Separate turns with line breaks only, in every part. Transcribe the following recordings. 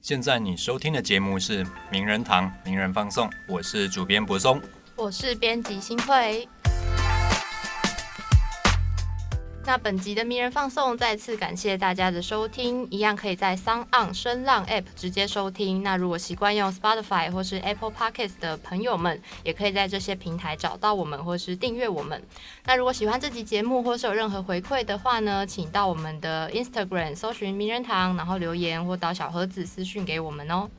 现在你收听的节目是《名人堂名人放送》，我是主编柏松。
我是编辑新慧。那本集的名人放送再次感谢大家的收听，一样可以在 s o n 声浪 App 直接收听。那如果习惯用 Spotify 或是 Apple Podcast 的朋友们，也可以在这些平台找到我们或是订阅我们。那如果喜欢这集节目或是有任何回馈的话呢，请到我们的 Instagram 搜寻名人堂，然后留言或到小盒子私讯给我们哦。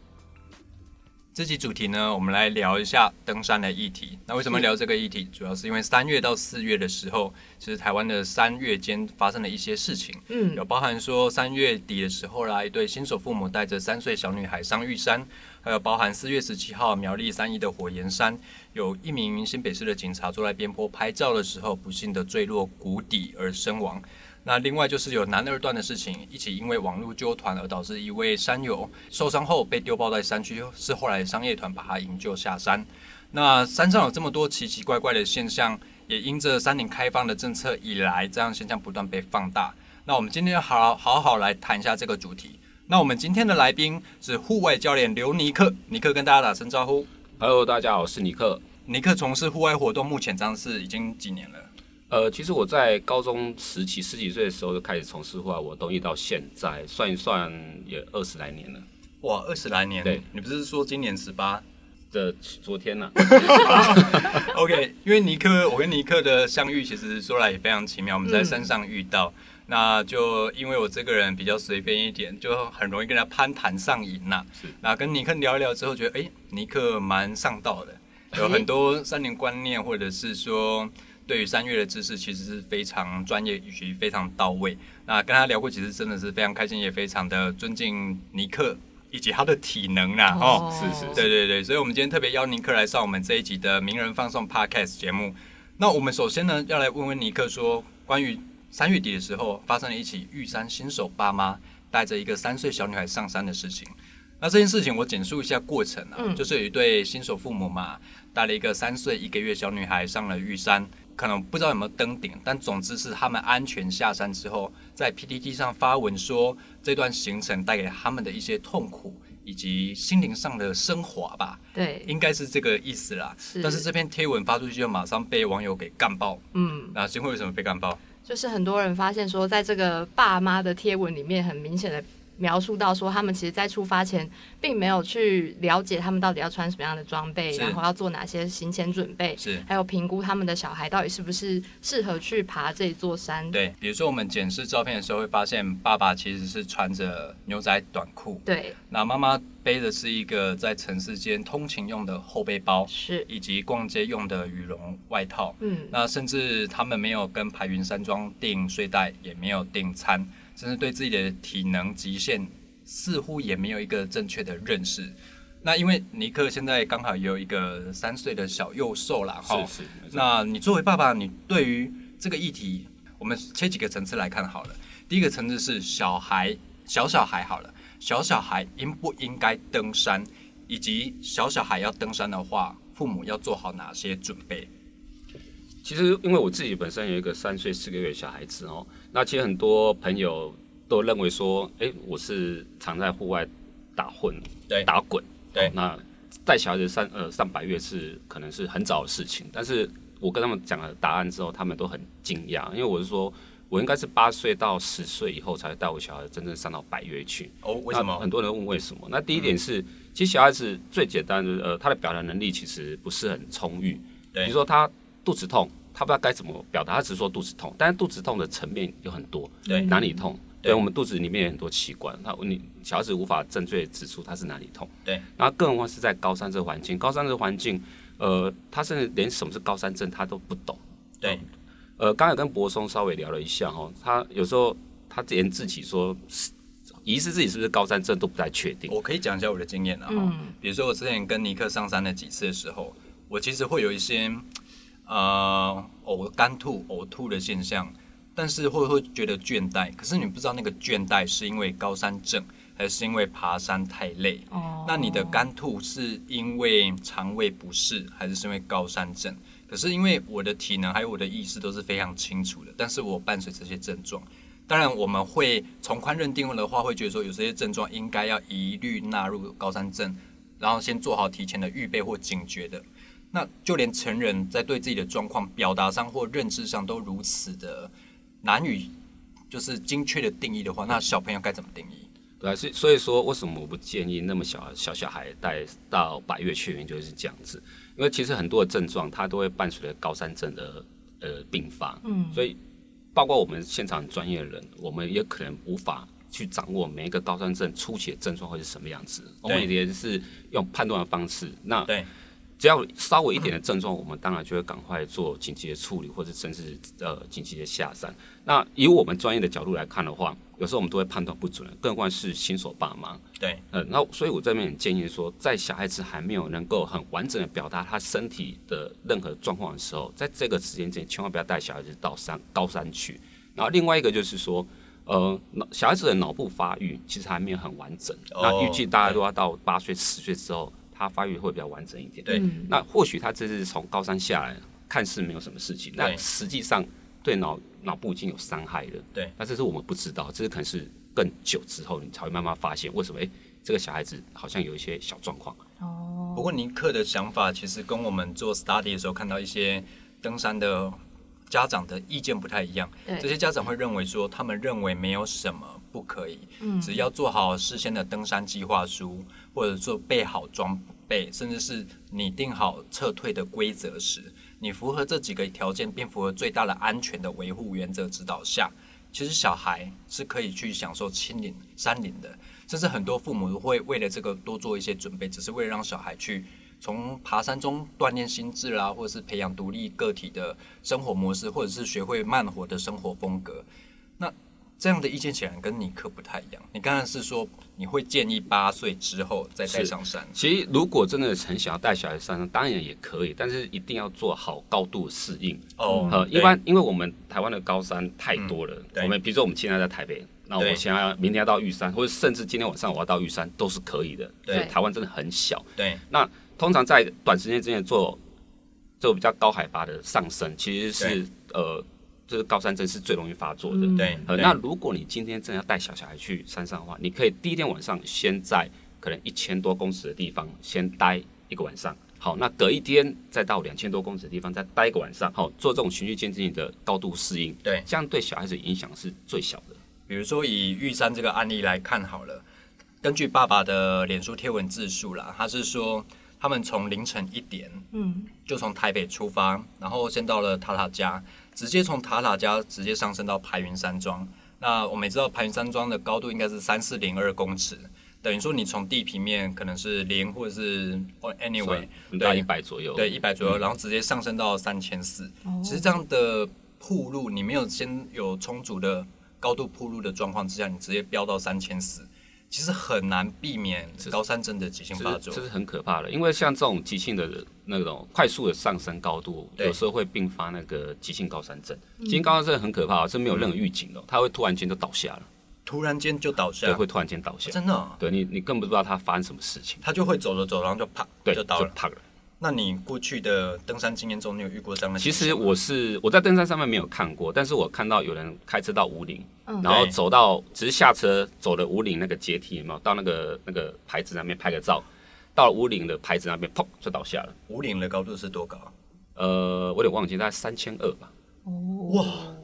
这期主题呢，我们来聊一下登山的议题。那为什么聊这个议题？主要是因为三月到四月的时候，其实台湾的三月间发生了一些事情，
嗯
有包含说三月底的时候啦，一对新手父母带着三岁小女孩上玉山，还有包含四月十七号苗栗三义的火焰山，有一名新北市的警察坐在边坡拍照的时候，不幸的坠落谷底而身亡。那另外就是有南二段的事情，一起因为网络纠团而导致一位山友受伤后被丢抱在山区，是后来商业团把他营救下山。那山上有这么多奇奇怪怪的现象，也因着山林开放的政策以来，这样现象不断被放大。那我们今天要好好好来谈一下这个主题。那我们今天的来宾是户外教练刘尼克，尼克跟大家打声招呼。
Hello，大家好，我是尼克。
尼克从事户外活动，目前这样是已经几年了？
呃，其实我在高中时期十几岁的时候就开始从事户外活动，一直到现在算一算也二十来年了。
哇，二十来年。
对，
你不是说今年十八？
这昨天呢、
OK，因为尼克，我跟尼克的相遇其实说来也非常奇妙，我们在山上遇到，那就因为我这个人比较随便一点，就很容易跟他攀谈上瘾呐、
是
那跟尼克聊一聊之后，觉得哎、诶尼克蛮上道的，有
诶
很多山林观念，或者是说对于山岳的知识，其实是非常专业以及非常到位。那跟他聊过，其实真的是非常开心，也非常的尊敬尼克以及他的体能啦、哦
啊是是
对对对，所以我们今天特别邀尼克来上我们这一集的名人放送 Podcast 节目。那我们首先呢，要来问问尼克说，关于三月底的时候发生了一起玉山新手爸妈带着一个三岁小女孩上山的事情。那这件事情我简述一下过程啊，
嗯
就是有一对新手父母嘛，带了一个三岁一个月小女孩上了玉山，可能不知道有没有登顶，但总之是他们安全下山之后，在 PTT 上发文说这段行程带给他们的一些痛苦以及心灵上的升华吧，
对，
应该是这个意思啦。
是
但是这篇贴文发出去就马上被网友给干爆，
嗯。
那新会为什么被干爆？
就是很多人发现说，在这个爸妈的贴文里面，很明显的描述到说，他们其实在出发前并没有去了解他们到底要穿什么样的装备，
是
然后要做哪些行前准备，
是。
还有评估他们的小孩到底是不是适合去爬这座山。
对，比如说我们检视照片的时候，会发现爸爸其实是穿着牛仔短裤，
对，
那妈妈背的是一个在城市间通勤用的后背包，
是，
以及逛街用的羽绒外套。
嗯，
那甚至他们没有跟排云山庄订睡袋，也没有订餐，甚至对自己的体能极限似乎也没有一个正确的认识。那因为尼克现在刚好也有一个三岁的小幼兽啦，哈
是。是，没错
那你作为爸爸，你对于这个议题，我们切几个层次来看好了。第一个层次是小孩，小小孩好了，小小孩应不应该登山，以及小小孩要登山的话，父母要做好哪些准备？
其实因为我自己本身有一个三岁四个月的小孩子哦，那其实很多朋友都认为说，哎，我是常在户外打混，
对
打滚，
对
哦那带小孩子上呃上百月是可能是很早的事情，但是我跟他们讲了答案之后，他们都很惊讶，因为我是说。我应该是八岁到十岁以后才会带我小孩真正上到百越去。
哦，为什
那
么嗯
很？多人问为什么？那第一点是，其实小孩子最简单的，呃，他的表达能力其实不是很充裕。
对
比如说他肚子痛，他不知道该怎么表达，他只说肚子痛，但是肚子痛的层面有很多，
对
哪里痛？
对
对，我们肚子里面有很多器官，那你小孩子无法正确指出他是哪里痛。
对，
然后更何况是在高山这个环境，高山这个环境，呃，他甚至连什么是高山症他都不懂。
对
呃，刚才跟柏松稍微聊了一下哦，他有时候他连自己说疑似自己是不是高山症都不太确定。
我可以讲一下我的经验啊。哈
嗯，
比如说我之前跟尼克上山的几次的时候，我其实会有一些呃呕干吐、呕吐的现象，但是会会觉得倦怠。可是你不知道那个倦怠是因为高山症，还是因为爬山太累。
哦
那你的干吐是因为肠胃不适，还是是因为高山症？可是因为我的体能还有我的意识都是非常清楚的，但是我伴随这些症状，当然，我们会从宽认定的话，会觉得说有这些症状应该要一律纳入高山症，然后先做好提前的预备或警觉的。那就连成人在对自己的状况表达上或认知上都如此的难以就是精确的定义的话，那小朋友该怎么定义？
对啊，所以所以说，为什么我不建议那么小小小孩带到百越去？原因就是这样子，因为其实很多的症状它都会伴随着高山症的呃并发，
嗯，
所以包括我们现场专业的人，我们也可能无法去掌握每一个高山症初期的症状会是什么样子，我们也是用判断的方式。那
对
只要稍微一点的症状，我们当然就会赶快做紧急的处理，或者甚至呃紧急的下山。那以我们专业的角度来看的话，有时候我们都会判断不准，更何况是新手爸妈。
对，
呃，那所以我这边很建议说，在小孩子还没有能够很完整的表达他身体的任何状况的时候，在这个时间点，千万不要带小孩子到山高山去。然后另外一个就是说，呃，脑小孩子的脑部发育其实还没有很完整，
哦
那预计大概都要到八岁十岁之后，他发育会比较完整一点。
对
嗯
那或许他这次从高山下来，看似没有什么事情，
对
但实际上对脑脑部已经有伤害了。
对，
那这是我们不知道，这是可能是更久之后你才会慢慢发现为什么哎、诶这个小孩子好像有一些小状况。
哦，
不过尼克的想法其实跟我们做 study 的时候看到一些登山的家长的意见不太一样。
对
这些家长会认为说，他们认为没有什么不可以，
嗯
只要做好事先的登山计划书，或者做备好装备，甚至是拟定好撤退的规则时，你符合这几个条件，并符合最大的安全的维护原则指导下，其实小孩是可以去享受亲林山林的。甚至很多父母会为了这个多做一些准备，只是为了让小孩去从爬山中锻炼心智啦，或者是培养独立个体的生活模式，或者是学会慢活的生活风格。那这样的意见显然跟尼克不太一样。你刚才是说你会建议八岁之后再带
是
上山，
其实如果真的很想要带小孩上山，当然也可以，但是一定要做好高度适应。
哦
呃，一
对嗯
般因为我们台湾的高山太多了，
对
我们比如说我们现在在台北，那我
对
们现在要明天要到玉山，或者甚至今天晚上我要到玉山都是可以的。
对
所以台湾真的很小，
对
通常在短时间之内做做比较高海拔的上升，其实是呃，就是高山症是最容易发作的。
嗯
对，
呃，
对
那如果你今天真的要带小小孩去山上的话，你可以第一天晚上先在可能一千多公尺的地方先待一个晚上。好，那隔一天再到两千多公尺的地方再待一个晚上，好，做这种循序渐进的高度适应，
对
这样对小孩子影响是最小的。
比如说以玉山这个案例来看好了，根据爸爸的脸书贴文自述啦，他是说他们从凌晨一点
嗯
就从台北出发，然后先到了塔塔家，直接从塔塔家直接上升到排云山庄。那我们也知道排云山庄的高度应该是三四零二公尺，等于说你从地平面可能是零或者是哦 anyway
大概一百左右，
对，一百左右，
嗯
然后直接上升到三千四。
哦
其实这样的铺路，你没有先有充足的高度铺路的状况之下，你直接飙到三千四，其实很难避免高山症的急性发
这
作
是。这是很可怕的，因为像这种急性的那种快速的上升高度，
对
有时候会并发那个急性高山症。急性高山症很可怕，是哦没有
嗯
任何预警的，它会突然间就倒下了，
突然间就倒
对，
下，
会突然间倒下，
啊真的哦、
对你你更不知道它发生什么事情，
他就会走着走，然后就啪
对，
就倒了。
啪了。
那你过去的登山经验中，你有遇过这样的
其
情形
实
吗？
我是我在登山上面没有看过，但是我看到有人开车到五岭，
嗯
然后
对
走到只是下车走了五岭那个阶梯，有没有到那个那个牌子那边拍个照，到了五岭的牌子那边，砰就倒下了。
五岭的高度是多高？啊
呃，我有点忘记，大概三千二吧。
哦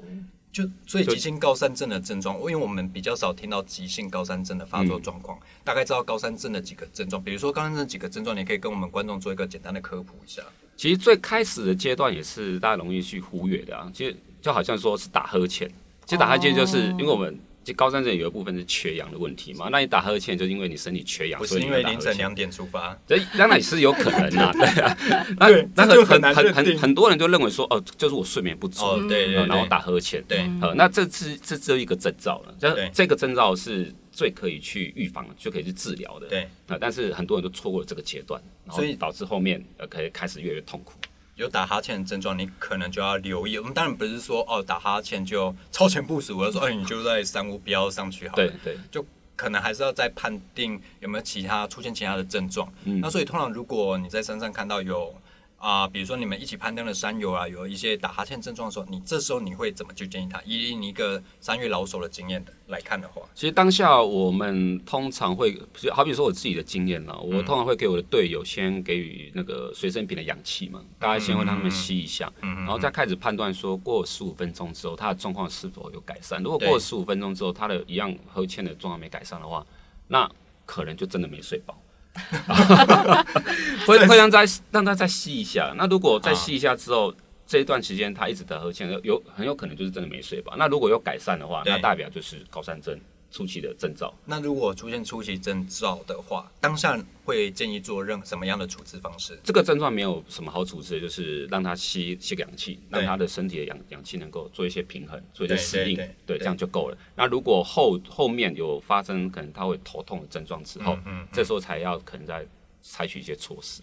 就所以
就
急性高山症的症状，因为我们比较少听到急性高山症的发
嗯
作状况，大概知道高山症的几个症状，比如说高山症几个症状，你可以跟我们观众做一个简单的科普一下。
其实最开始的阶段也是大家容易去忽略的啊，其实就好像说是打呵欠，其实打呵欠就是
哦
因为我们就高山症有一部分是缺氧的问题嘛，那你打呵欠就是因为你身体缺氧，
不
啊所
是
以你
因
会
为
打呵
凌晨
欠。
两点出发，
对，当然也是有可能 啊，对啊，那
对
那
这就
很
很难
很很
认定
很很多人就认为说，哦，就是我睡眠不足，
哦，对对对，
呃然后打呵欠，
对
呃，那这只这只有一个征兆了，
对
这这个征兆是最可以去预防的，最可以去治疗的，
对，
啊，但是很多人都错过了这个阶段，然后
所以
导致后面呃，可以开始越来越痛苦。
有打哈欠的症状，你可能就要留意。我们嗯当然不是说哦打哈欠就超前部署，而是说哎你就在山屋标上去好了
对，对，
就可能还是要再判定有没有其他出现其他的症状。那所以通常如果你在山上看到有啊、比如说你们一起攀登的山友啊，有一些打哈欠症状的时候，你这时候你会怎么去建议他？以你一个山岳老手的经验的来看的话，
其实当下我们通常会，就好比说我自己的经验啦，我通常会给我的队友先给予那个随身瓶的氧气嘛，大概先让他们吸一下，然后再开始判断说过十五分钟之后他的状况是否有改善。如果过
对
十五分钟之后他的一样喝欠的状况没改善的话，那可能就真的没睡饱。会会让再让他再吸一下，那如果再吸一下之后，这一段时间他一直得和欠，有很有可能就是真的没睡饱。那如果有改善的话，
对
那代表就是高山症初期的征兆。
那如果出现初期征兆的话，当下会建议做任什么样的处置方式？
这个症状没有什么好处置，就是让他吸吸氧气，
对
让他的身体的氧氧气能够做一些平衡，做一些
对
适应
对对，
对，
对
这样就够了。那如果后后面有发生可能他会头痛的症状之后，
嗯嗯
这时候才要可能再采取一些措施。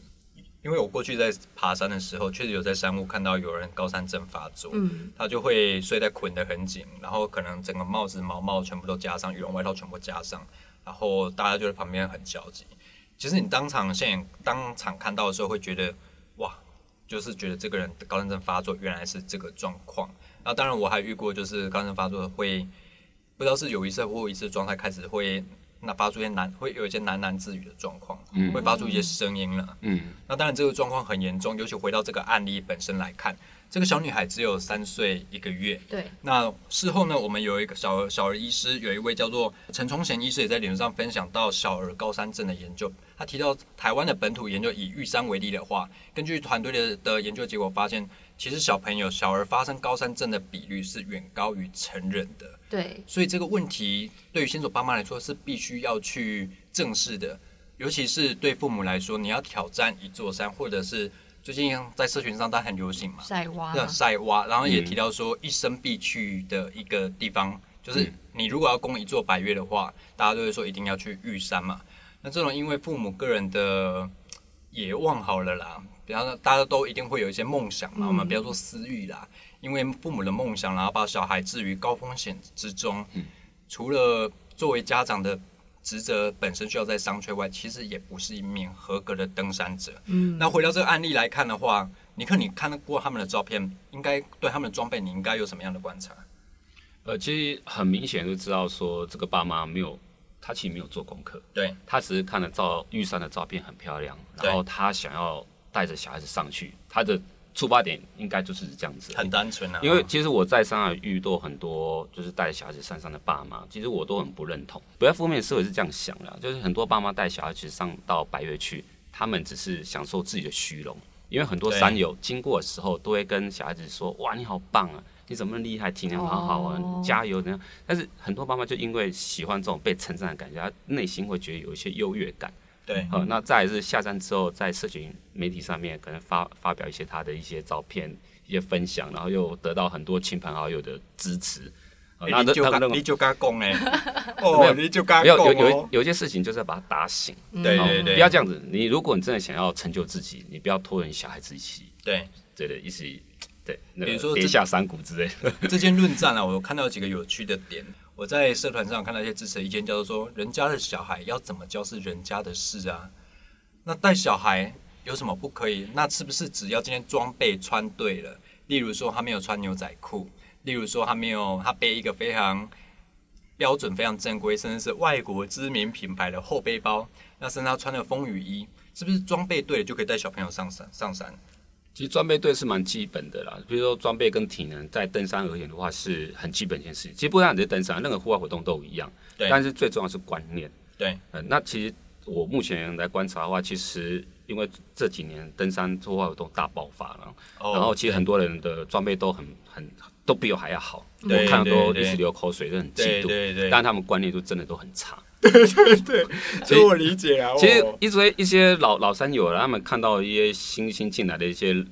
因为我过去在爬山的时候，确实有在山屋看到有人高山症发作，
嗯，
他就会睡在捆得很紧，然后可能整个帽子、毛帽全部都加上，羽绒外套全部加上，然后大家就在旁边很焦急。其实你当场现眼当场看到的时候，会觉得哇，就是觉得这个人高山症发作原来是这个状况。那当然我还遇过，就是高山症发作会不知道是有一次或一次状态开始会那发出一些喃，会有一些喃喃自语的状况，
嗯
会发出一些声音了。
嗯，
那当然，这个状况很严重，尤其回到这个案例本身来看，这个小女孩只有三岁一个月。
对，
那事后呢，我们有一个小儿小儿医师，有一位叫做陈崇贤医师，也在脸书上分享到小儿高山症的研究。他提到台湾的本土研究，以玉山为例的话，根据团队的的研究结果发现，其实小朋友小儿发生高山症的比率是远高于成人的。
对，
所以这个问题对于新手爸妈来说是必须要去正视的，尤其是对父母来说，你要挑战一座山，或者是最近在社群上它很流行嘛，
晒娃
那
嘛，
晒蛙，然后也
嗯
提到说一生必去的一个地方，就是你如果要攻一座百越的话，大家都会说一定要去玉山嘛。那这种因为父母个人的野望好了啦，比方说大家都一定会有一些梦想嘛，
嗯
我们不要说私欲啦，因为父母的梦想，然后把小孩置于高风险之中，除了作为家长的职责本身需要在商榷外，其实也不是一名合格的登山者。
嗯，
那回到这个案例来看的话，尼克，你看过他们的照片，应该对他们的装备，你应该有什么样的观察？
呃，其实很明显就知道说这个爸妈没有，他其实没有做功课。
对，
他只是看了照玉山的照片很漂亮，
对
然后他想要带着小孩子上去，他的出发点应该就是这样子。
很单纯啊，
因为其实我在山上遇到很多就是带小孩子上山的爸妈，其实我都很不认同。不要负面思维是这样想的，就是很多爸妈带小孩子上到白月去，他们只是享受自己的虚荣。因为很多
对
山友经过的时候，都会跟小孩子说：“哇，你好棒啊，你怎么那么厉害，体能好好啊，
哦
你加油！”怎样？但是很多爸妈就因为喜欢这种被称赞的感觉，他内心会觉得有一些优越感。
对
好、呃那再来是下山之后，在社群媒体上面可能发发表一些他的一些照片、一些分享，然后又得到很多亲朋好友的支持。好
欸你就
哦他
敢
们
你
认
就敢讲哎，
没
哦
有，
你就敢
没有
讲
有有
哦，
有一些事情就是要把他打醒，
嗯
对
好
对对
不要这样子。你如果你真的想要成就自己，你不要拖着你小孩子一起，
对。
对的，一起对，那
比如说
个跌
这
下山谷之类的。
这间论战啊，我看到几个有趣的点。我在社团上看到一些支持的意见，叫做说人家的小孩要怎么教是人家的事啊。那带小孩有什么不可以？那是不是只要今天装备穿对了？例如说他没有穿牛仔裤，例如说他没有他背一个非常标准、非常正规，甚至是外国知名品牌的后背包，那甚至他穿的风雨衣，是不是装备对了就可以带小朋友上山上山？
其实装备队是蛮基本的啦，比如说装备跟体能，在登山而言的话是很基本一件事情。其实不单只是登山，任何户外活动都一样。
对
但是最重要是观念。
对，
呃，那其实我目前来观察的话，其实因为这几年登山户外活动大爆发了，
哦
然后其实很多人的装备都很很都比我还要好，
对
我看了都
对
一
对
直流口水，都很
对
嫉妒。
对对，哦
但他们观念就真的都很差。
所以我理解啊，
其实
哦
一些一些老老山友啦，啊他们看到一些新新进来的一些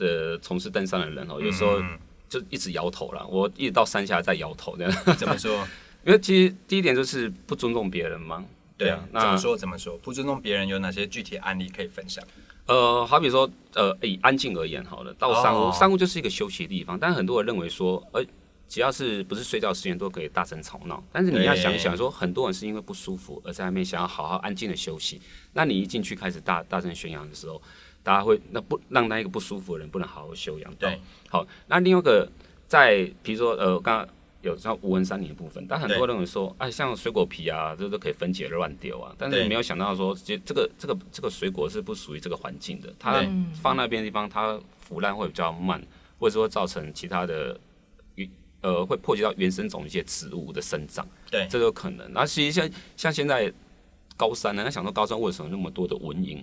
呃从事登山的人哦，有时候
嗯
就一直摇头了。我一直到山下再摇头这样，
怎么说？
因为其实第一点就是不尊重别人嘛。
对啊，
那
怎么说怎么说？不尊重别人有哪些具体案例可以分享？
呃，好比说，呃，以安静而言好了，到山屋，
哦
山屋就是一个休息的地方，但很多人认为说，呃，只要是不是睡觉时间都可以大声吵闹，但是你要想一想说，很多人是因为不舒服而在那边想要好好安静的休息，那你一进去开始大大声宣扬的时候，大家会那不让那一个不舒服的人不能好好休养到
对。
好，那另外一个在比如说呃，刚刚有知道无痕山林的部分，但很多人说，哎，像水果皮啊，这都可以分解乱丢啊，但是
对
没有想到说，这这个这个这个水果是不属于这个环境的，它
对
放那边的地方，它腐烂会比较慢，或者说造成其他的。呃，会破及到原生种一些植物的生长，
对
这都有可能。那其实像像现在高山呢，那想说高山为什么那么多的蚊蝇？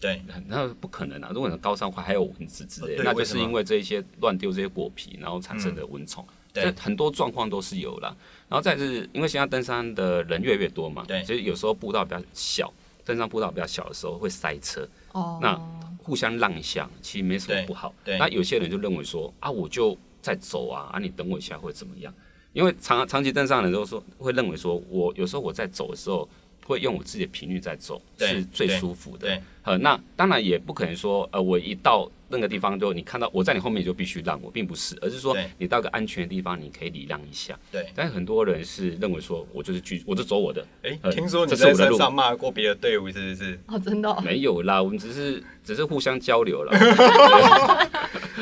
对
那不可能啊！如果你高山话还有蚊子之类
哦
的，
对
那就
为什
是
么嗯
因为这一些乱丢这些果皮，然后产生的蚊虫。
对
这很多状况都是有啦。然后再是因为现在登山的人越来越多嘛，
对
其实有时候步道比较小，登山步道比较小的时候会塞车，
哦，
那互相让一下，其实没什么不好。
对对
那有些人就认为说啊，我就在走啊，啊，你等我一下会怎么样？因为长长期登山的人都说会认为说我有时候我在走的时候会用我自己的频率在走，
对
是最
对
舒服的。
对
呃，那当然也不可能说，呃，我一到那个地方就你看到我在你后面你就必须让我，并不是，而是说
对
你到个安全的地方，你可以礼让一下。
对。
但是很多人是认为说，我就是拒，我就走我的，
哎、
呃
听说你
这是
在
我的
山
路
上骂过别的队伍，是不是？
哦，真的哦，
没有啦，我们只是只是互相交 流啦。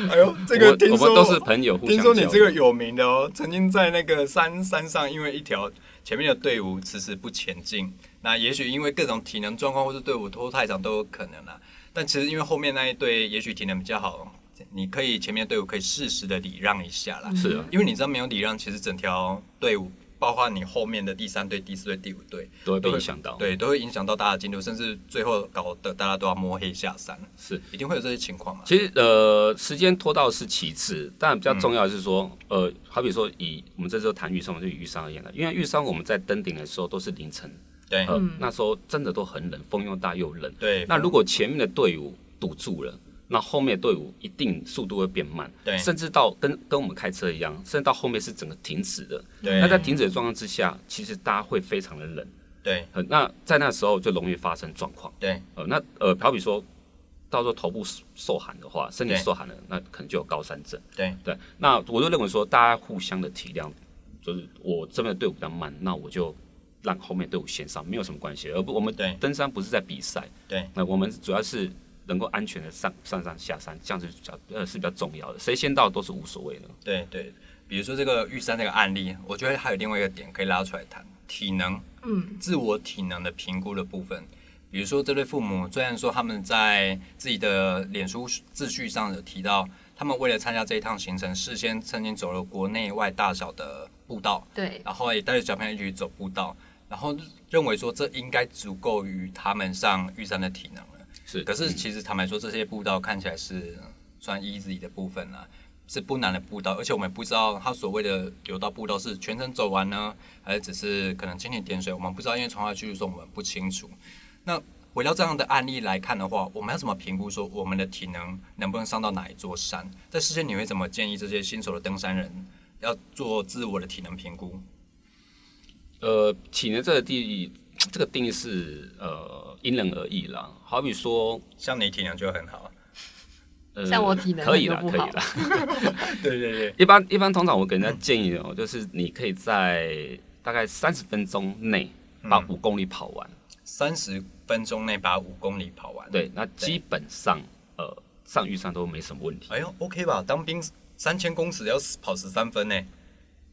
哎呦， 这
我
个
们
听
我
说
们都是朋友，互相
听
交
说
流。
你这个有名的哦，曾经在那个山山上，因为一条前面的队伍迟迟不前进，那也许因为各种体能状况或是队伍拖太长都有可能啦。但其实因为后面那一队也许体能比较好，你可以前面的队伍可以适时的礼让一下啦。
是啊，
因为你知道没有礼让，其实整条队伍，包括你后面的第三队、第四队、第五队，
都会被
都会
影响到。，
对，都会影响到大家的进度，甚至最后搞得大家都要摸黑下山，
是。
一定会有这些情况嘛？
其实呃，时间拖到是其次，但比较重要的是说，
嗯
呃，好比说以我们这时候谈玉山，我们就以玉山而言了，因为玉山我们在登顶的时候都是凌晨，
对
呃
嗯，
那时候真的都很冷，风又大又冷。
对，
那如果前面的队伍堵住了，那后面的队伍一定速度会变慢，
对
甚至到跟跟我们开车一样，甚至到后面是整个停止的。
对
那在停止的状况之下，其实大家会非常的冷，
对
呃那在那时候就容易发生状况。
对
呃，那呃，好比说，到时候头部受寒的话，身体
对
受寒了，那可能就有高山症。
对
对，那我就认为说，大家互相的体谅，就是我这边的队伍比较慢，那我就让后面队伍先上，没有什么关系。而不，我们
对
登山不是在比赛，
对
那我们主要是能够安全的上上上下山，这样是比较呃是比较重要的，谁先到都是无所谓的。
对对，比如说这个玉山这个案例，我觉得还有另外一个点可以拉出来谈，体能
嗯，
自我体能的评估的部分。比如说，这对父母虽然说他们在自己的脸书自序上有提到，他们为了参加这一趟行程，事先曾经走了国内外大小的步道，
对，
然后也带着小朋友一起去走步道，然后认为说这应该足够于他们上玉山的体能了。
是
可是其实坦白说，这些步道看起来是呃算 easy 的部分啦，是不难的步道，而且我们不知道他所谓的有道步道是全程走完呢，还是只是可能蜻蜓点水，我们不知道，因为从化叙述说我们不清楚。那回到这样的案例来看的话，我们要怎么评估说我们的体能能不能上到哪一座山？在事先你会怎么建议这些新手的登山人要做自我的体能评估？
呃，体能这个定义，这个定义是呃因人而异啦。好比说，
像你体能就很好，
呃，
像我体能
可以啦，
就不
可以
好
啦。
对对对，
一般一般通常我给人家建议哦，就是你可以在大概三十分钟内把五公里跑完。
三十分钟内把五公里跑完，，
对，那基本上呃上遇上都没什么问题。
哎呦，OK 吧？当兵三千公尺要跑十三分呢，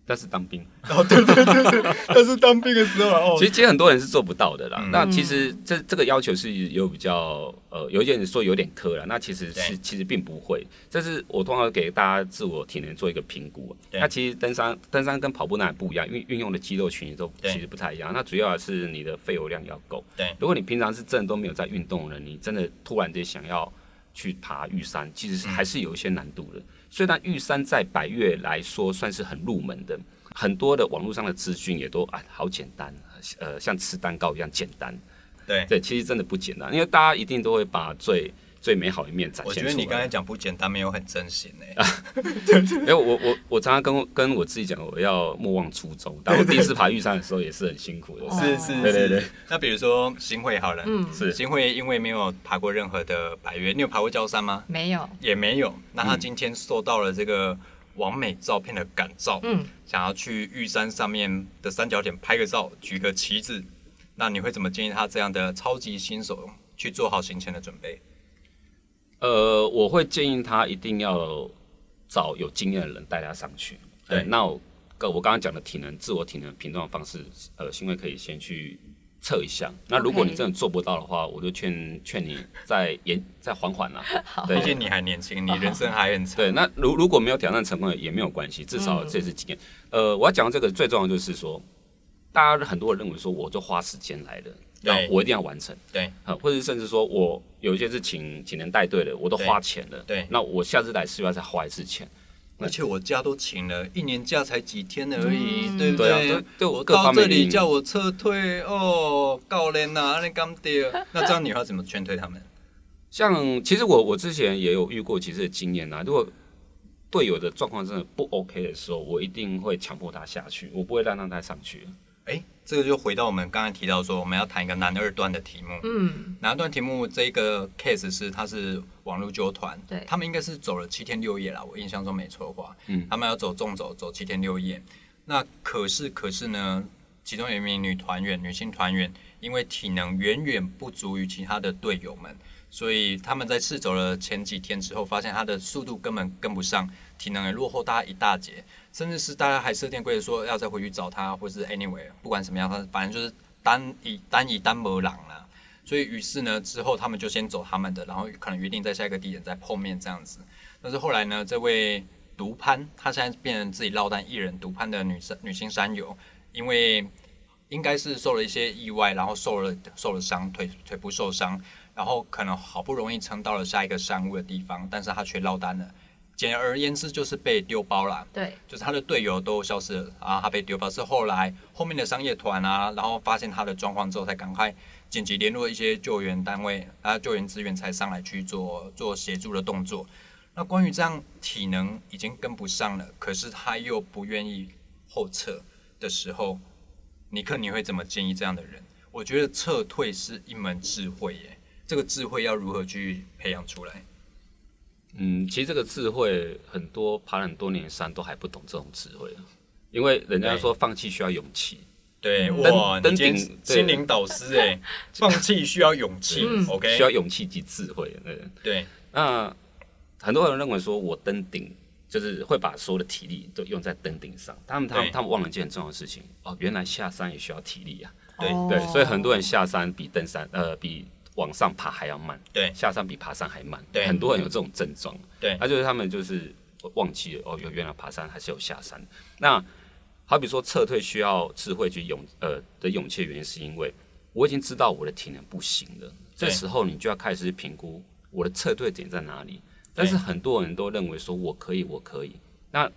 但是当兵，
但是当兵的时候哦
其实其实很多人是做不到的啦。
嗯
那其实这这个要求是有比较呃，有一些人说有点苛了，那其实是
对
其实并不会。这是我通常给大家自我体能做一个评估。啊
对
那其实登山登山跟跑步那也不一样，因为运用的肌肉群也都
对
其实不太一样。那主要是你的肺活量要够。
对
如果你平常是真的都没有在运动的人，你真的突然间想要去爬玉山，其
嗯
实是还是有一些难度的。虽然玉山在百越来说算是很入门的，很多的网络上的资讯也都啊好简单，呃，像吃蛋糕一样简单。
对，
对，其实真的不简单，因为大家一定都会把最最美好一面展
我
现
觉
出来。
得你刚才讲不简单，没有很真心 呢。
啊因为我我我常常跟我跟我自己讲，我要莫忘初衷。当我第一次爬玉山的时候，也是很辛苦
哦
的。
是是
对对对。
那比如说新会好了，
嗯，
是
新会因为没有爬过任何的百越，你有爬过焦山吗？
没有，
也没有。那他今天受到了这个完美照片的感召，
嗯，
想要去玉山上面的三角点拍个照，举个旗子，那你会怎么建议他这样的超级新手去做好行前的准备？
呃，我会建议他一定要找有经验的人带他上去。
对
那我刚我刚刚讲的体能、自我体能评断方式，呃，新卫可以先去测一下。那如果你
OK
真的做不到的话，我就劝劝你再延再缓缓啦。
毕
对
竟你还年轻，你人生还很长。
对，那如如果没有挑战成功也没有关系，至少
嗯
这是经验。呃，我要讲的这个最重要就是说，大家很多人认为说，我就花时间来的，那
对
我一定要完成。
对
呃，或者是甚至说我有一些是请请人带队的，我都
对
花钱了，
对
那我下次来是要再花一次钱，
而且我假都请了，一年假才几天而已，
嗯
对不
对啊，对对
我
各
到
方面
这
的原
里
因
叫我撤退哦，告人呐、啊，那刚掉。那这样你要怎么劝退他们？
像其实我我之前也有遇过其实的经验啊，如果队友的状况真的不 OK 的时候，我一定会强迫他下去，我不会让让他上去。啊
哎，这个就回到我们刚才提到说，我们要谈一个男二段的题目。
嗯，
男二段题目这个 case 是他是网络纠团，
对
他们应该是走了七天六夜啦，我印象中没错的话，
嗯
他们要走纵走，走七天六夜。那可是可是呢，其中有一名女团员，女性团员，因为体能远远不足于其他的队友们，所以他们在试走了前几天之后，发现她的速度根本跟不上，体能也落后大家一大截，甚至是大家还设定规则说要再回去找她，或是 anyway，不管怎么样，她反正就是单以单以单模狼啦。所以于是呢，之后他们就先走他们的，然后可能约定在下一个地点再碰面这样子。但是后来呢，这位独攀，她现在变成自己落单一人独攀的女生女性山友，因为应该是受了一些意外，然后受了受了伤，腿腿部受伤，然后可能好不容易撑到了下一个山屋的地方，但是她却落单了。简而言之，就是被丢包了。
对，
就是他的队友都消失了，然后他被丢包。是后来后面的商业团啊，然后发现他的状况之后，才赶快紧急联络一些救援单位啊，救援资源才上来去做做协助的动作。那关于这样体能已经跟不上了，可是他又不愿意后撤的时候，尼克你会怎么建议这样的人？我觉得撤退是一门智慧耶，这个智慧要如何去培养出来？
嗯，其实这个智慧，很多爬了很多年的山都还不懂这种智慧啊，因为人家说放弃需要勇气，
对，
嗯
哇，
登
你今
登顶
天
对
心灵导师 哎，放弃需要勇气
嗯
，OK，
需要勇气及智慧。对，
对
那很多人认为说我登顶就是会把所有的体力都用在登顶上，他们他
对
们他们忘了一件很重要的事情哦，原来下山也需要体力啊。
对
哦
对，所以很多人下山比登山呃比往上爬还要慢，
对
下山比爬山还慢，
对
很多人有这种症状，
对
那就是他们就是忘记了哦，原原来爬山还是有下山。那好比说撤退需要智慧去勇呃的勇气，原因是因为我已经知道我的体能不行了，
对
这时候你就要开始评估我的撤退点在哪里。但是很多人都认为说我可以，我可以，那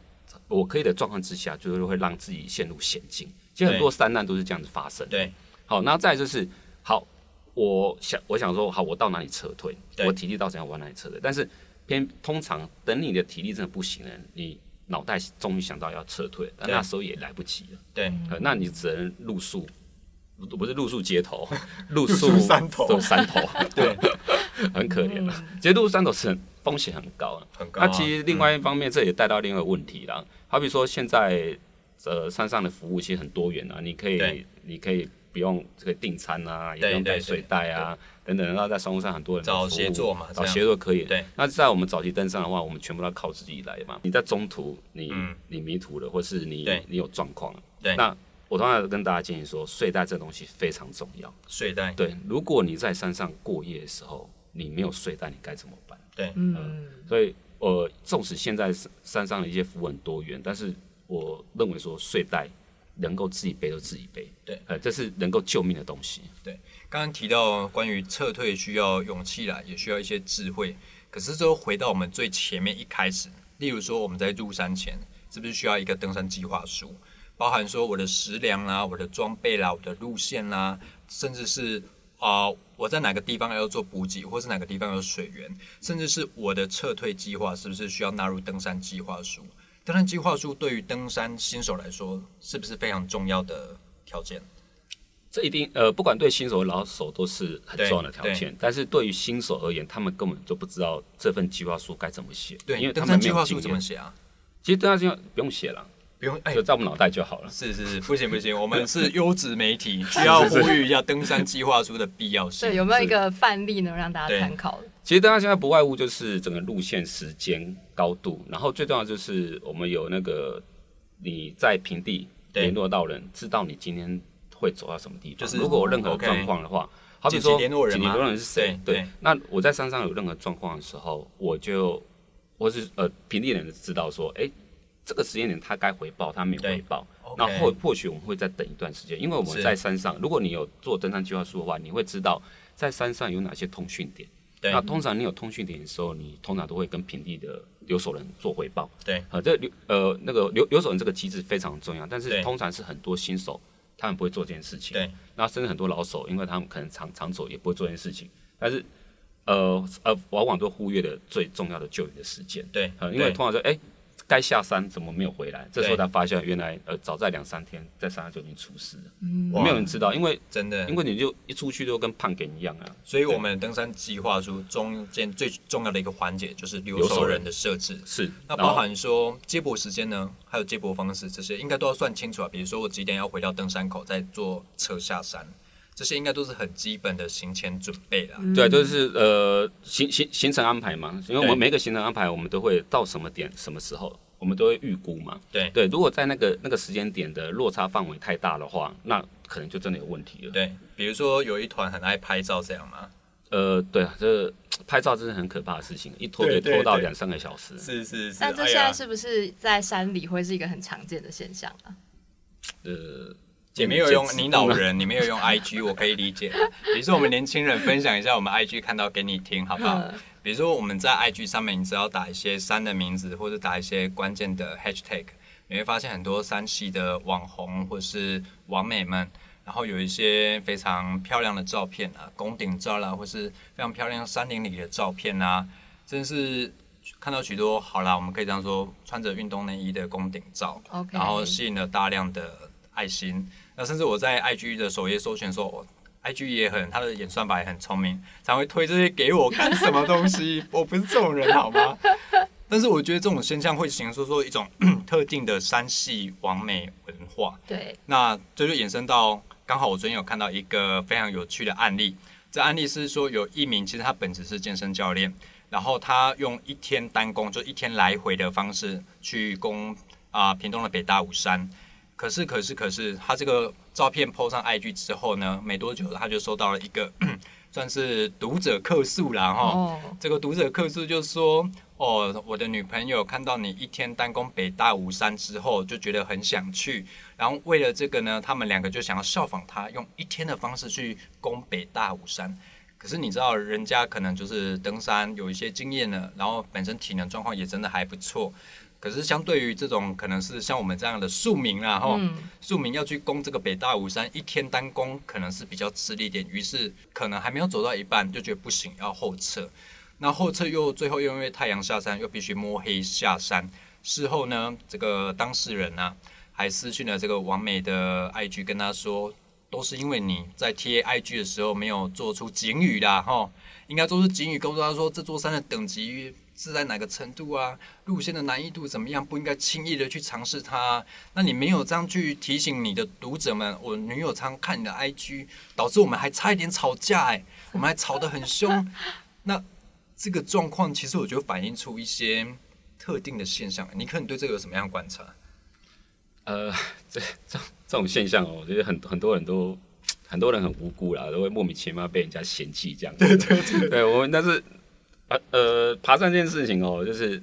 我可以的状况之下，就是会让自己陷入险境。其实很多山难都是这样子发生。
对
好，那再来就是好，我想我想说，好，我到哪里撤退？
对
我体力到怎样，我往哪里撤退？但是偏通常等你的体力真的不行了，你脑袋终于想到要撤退，但
对
那时候也来不及了，
对
呃那你只能露宿。不不是露宿街头，露
宿
宿
山头嗯
对山头，对， 很可怜了。其实露宿山头是很风险很高了，
很高啊。
那其实另外一方面，这也带到另外一个问题啦。好比说，现在呃山上的服务其实很多元啊，你可以
对
你可以不用这个订餐啊，也
对
不用带
对
睡袋啊等等。然后在商务上很多人的
找
服务
协作嘛这
找
样
协作可以。
嗯对。
那在我们早期登山的话，我们全部都要靠自己来嘛。你在中途你
嗯
你迷途了，或是你
对
你有状况，
对
那我通常跟大家建议说，睡袋这东西非常重要。
睡袋，
对，如果你在山上过夜的时候，你没有睡袋，你该怎么办？
对
嗯，
所以呃，纵使现在山山上的一些服务很多元，但是我认为说睡袋能够自己背就自己背，
对，
呃，这是能够救命的东西。
刚刚提到关于撤退需要勇气啦，也需要一些智慧。可是这又回到我们最前面一开始，例如说我们在入山前，是不是需要一个登山计划书，包含说我的食粮啦、我的装备啦、我的路线啦，甚至是啊、呃我在哪个地方要做补给，或是哪个地方有水源，甚至是我的撤退计划是不是需要纳入登山计划书？登山计划书对于登山新手来说，是不是非常重要的条件？
这一定呃，不管对新手老手都是很
对
重要的条件，但是对于新手而言，他们根本就不知道这份计划书该怎么写，
对，
因为他
登
们
山
没
计
有
划
经
书怎么
验。
写啊？
其实登山计划不用写了，
不用哎
就，在我们脑袋就好了。
是是是，不行不 行，我们是优质媒体，需要呼吁一下登山计划书的必要性。
对，有没有一个范例能让大家
对
参考？
其实大家现在不外乎就是整个路线、时间、高度，然后最重要就是我们有那个你在平地
对
联络到人，知道你今天会走到什么地方。
就是
如果有任何
OK
状况的话，好比
紧
说
急联络人
紧
吗
急联络人是谁？
对对
那我在山上有任何状况的时候，我就或是呃平地人知道说，哎，这个时间点他该回报，他没有
对
回报。
OK
那或或许我们会再等一段时间，因为我
是
们在山上，如果你有做登山计划书的话，你会知道在山上有哪些通讯点。
对
那通常你有通讯点的时候，你通常都会跟平地的留守人做回报。
对，
啊，这留呃那个留留守人这个机制非常重要，但
对
是通常是很多新手他们不会做这件事情。
对，
那甚至很多老手，因为他们可能长长走也不会做这件事情，但是呃呃，往往都忽略了最重要的救援的时间。
对
呃，因为
对
通常说，哎、该下山怎么没有回来？这时候
对
才发现，原来呃早在两三天在山上就已经出事了，
嗯，
哇
没有人知道，因为
真的
因。为你就一出去就跟胖梗一样啊。
所以，我们登山计划书中间最重要的一个环节就是留
留守
守
人
人的设置。
是，
那
然后
包含说接驳时间呢，还有接驳方式这些，应该都要算清楚啊。比如说我几点要回到登山口，再坐车下山，这些应该都是很基本的行前准备
嗯
啦。
对，就是呃行行行程安排嘛，因为
嗯
我
对
们每个行程安排，我们都会到什么点、什么时候，我们都会预估嘛。
对
对，如果在那个那个时间点的落差范围太大的话，那可能就真的有问题了。
对，比如说有一团很爱拍照这样嘛，
呃，对啊，这拍照真是很可怕的事情，一拖
对
就
对
拖到
对
两三个小时。
是是是哎
那这现在是不是在山里会是一个很常见的现象啊？
呃，
也没有用你老人，你没有用 IG，我可以理解。比如说我们年轻人分享一下我们 IG 看到给你听，好不好？比如说我们在 IG 上面，你只要打一些山的名字，或者打一些关键的 hashtag，你会发现很多山系的网红或是网美们，然后有一些非常漂亮的照片啊，宫顶照啦，或是非常漂亮山林里的照片啊，真是看到许多好啦，我们可以这样说，穿着运动内衣的宫顶照
OK
然后吸引了大量的爱心。那甚至我在 IG 的首页搜寻的时候，我 IG 也很，它的演算法也很聪明，才会推这些给我看什么东西。我不是这种人，好吗？ 但是我觉得这种现象会形塑说一种 特定的山系完美文化。
对，
那这就衍生到，刚好我昨天有看到一个非常有趣的案例。这案例是说有一名其实他本职是健身教练，然后他用一天单攻，就一天来回的方式去攻啊、屏东的北大武山。可是可是可是，他这个照片 PO 上 IG 之后呢，没多久他就收到了一个 算是读者客诉啦哈。
哦，
这个读者客诉就说：“哦，我的女朋友看到你一天单攻北大武山之后，就觉得很想去。然后为了这个呢，他们两个就想要效仿他，用一天的方式去攻北大武山。可是你知道，人家可能就是登山有一些经验了，然后本身体能状况也真的还不错。可是相对于这种可能是像我们这样的庶民啦，哈、
嗯，
庶民要去攻这个北大武山，一天单攻可能是比较吃力一点，于是可能还没有走到一半就觉得不行，要后撤。那后撤又最后又因为太阳下山，又必须摸黑下山。事后呢，这个当事人呢、还私讯了这个王美的 IG，跟他说，都是因为你在贴 IG 的时候没有做出警语啦，哈，应该做出警语，告诉他说这座山的等级是在哪个程度啊，路线的难易度怎么样，不应该轻易的去尝试它啊、那你没有这样去提醒你的读者们，我女友常看你的 IG，导致我们还差一点吵架、哎，我们还吵得很凶。那这个状况其实我觉得反映出一些特定的现象，你可能对这个有什么样的观察？
呃， 这这这种现象哦，我觉得很很多人都很多人很无辜啦，都会莫名其妙被人家嫌弃这样子。对对 对，对我们但是呃呃，爬山这件事情哦，就是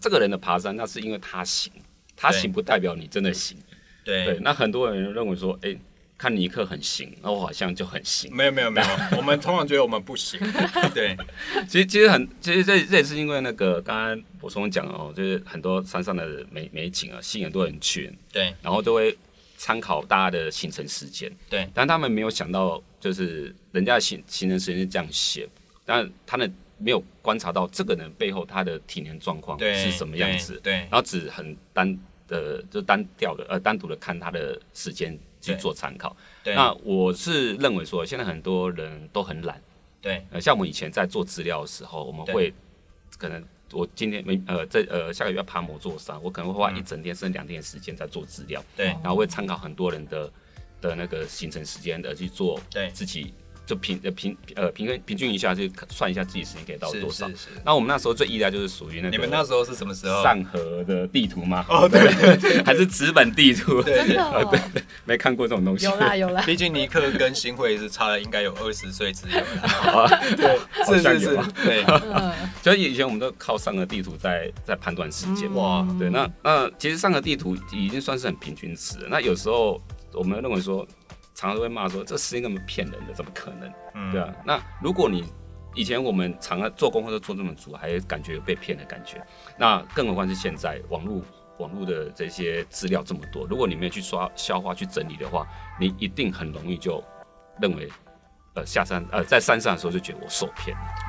这个人的爬山，那是因为他行，他
对
行不代表你真的行。对，那很多人认为说，哎、看尼克很行，那我好像就很行。
没有没有 没有，我们通常觉得我们不行。对
其实其实很，其实这这也是因为那个刚刚我从讲哦，就是很多山上的美美景啊，吸引很多人去，
对
然后都会参考大家的行程时间。
对
但他们没有想到，就是人家的行行程时间是这样写，但他们没有观察到这个人背后他的体能状况
对，
是什么样子，
对
然后只很单的就单调的呃单独的看他的时间去
对
做参考。
对
那我是认为说，现在很多人都很懒，
对
呃，像我们以前在做资料的时候，我们
对
会可能我今天没呃这呃下个月要爬魔座山，我可能会花
嗯
一整天甚至两天的时间在做资料，
对
然后会参考很多人的的那个行程时间的去做，
对
自己就平呃平呃平均平均一下，就算一下自己时间可以到
是
多少
是。是。
那我们那时候最依赖就是属于那个
你们那时候是什么时候？
上河的地图吗？
哦对
对对，还是纸本地图？
对
真的哦，
没看过这种东西。
有 啦有啦，
毕竟尼克跟新会是差了应该有二十岁之遥 了，
对，哦好
是
像
是
有
是
啊，
对，
嗯，
所以以前我们都靠上河地图在在判断时
嗯
间嘛。
哇
对，那那其实上河地图已经算是很平均值了。那有时候我们认为说，常常都会骂说这时间根本骗人的，怎么可能？
嗯
对啊。那如果你以前我们常常做功课都做这么足，还感觉有被骗的感觉，那更何况是现在网络网络的这些资料这么多，如果你没有去刷消化去整理的话，你一定很容易就认为，呃，下山呃在山上的时候就觉得我受骗了，